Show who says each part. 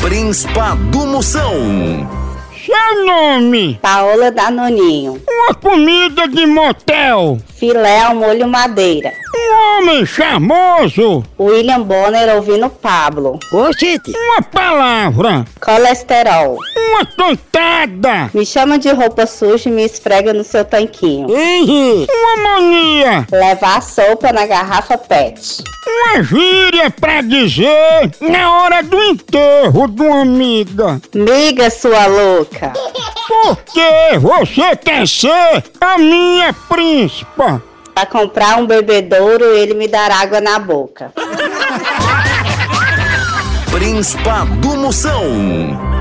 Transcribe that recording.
Speaker 1: Príncipa do Moção.
Speaker 2: Seu nome,
Speaker 3: Paola Danoninho,
Speaker 2: uma comida de motel,
Speaker 3: filé ao molho madeira,
Speaker 2: um homem charmoso,
Speaker 3: William Bonner ouvindo Pablo,
Speaker 2: uma palavra,
Speaker 3: colesterol.
Speaker 2: uma cantada,
Speaker 3: Me chama de roupa suja e me esfrega no seu tanquinho.
Speaker 2: uma mania,
Speaker 3: Levar sopa na garrafa pet.
Speaker 2: uma gíria pra dizer na hora do enterro de uma amiga.
Speaker 3: Miga sua louca.
Speaker 2: Porque você quer ser a minha príncipa.
Speaker 3: Pra comprar um bebedouro, ele me dará água na boca.
Speaker 1: Príncipa do Moção.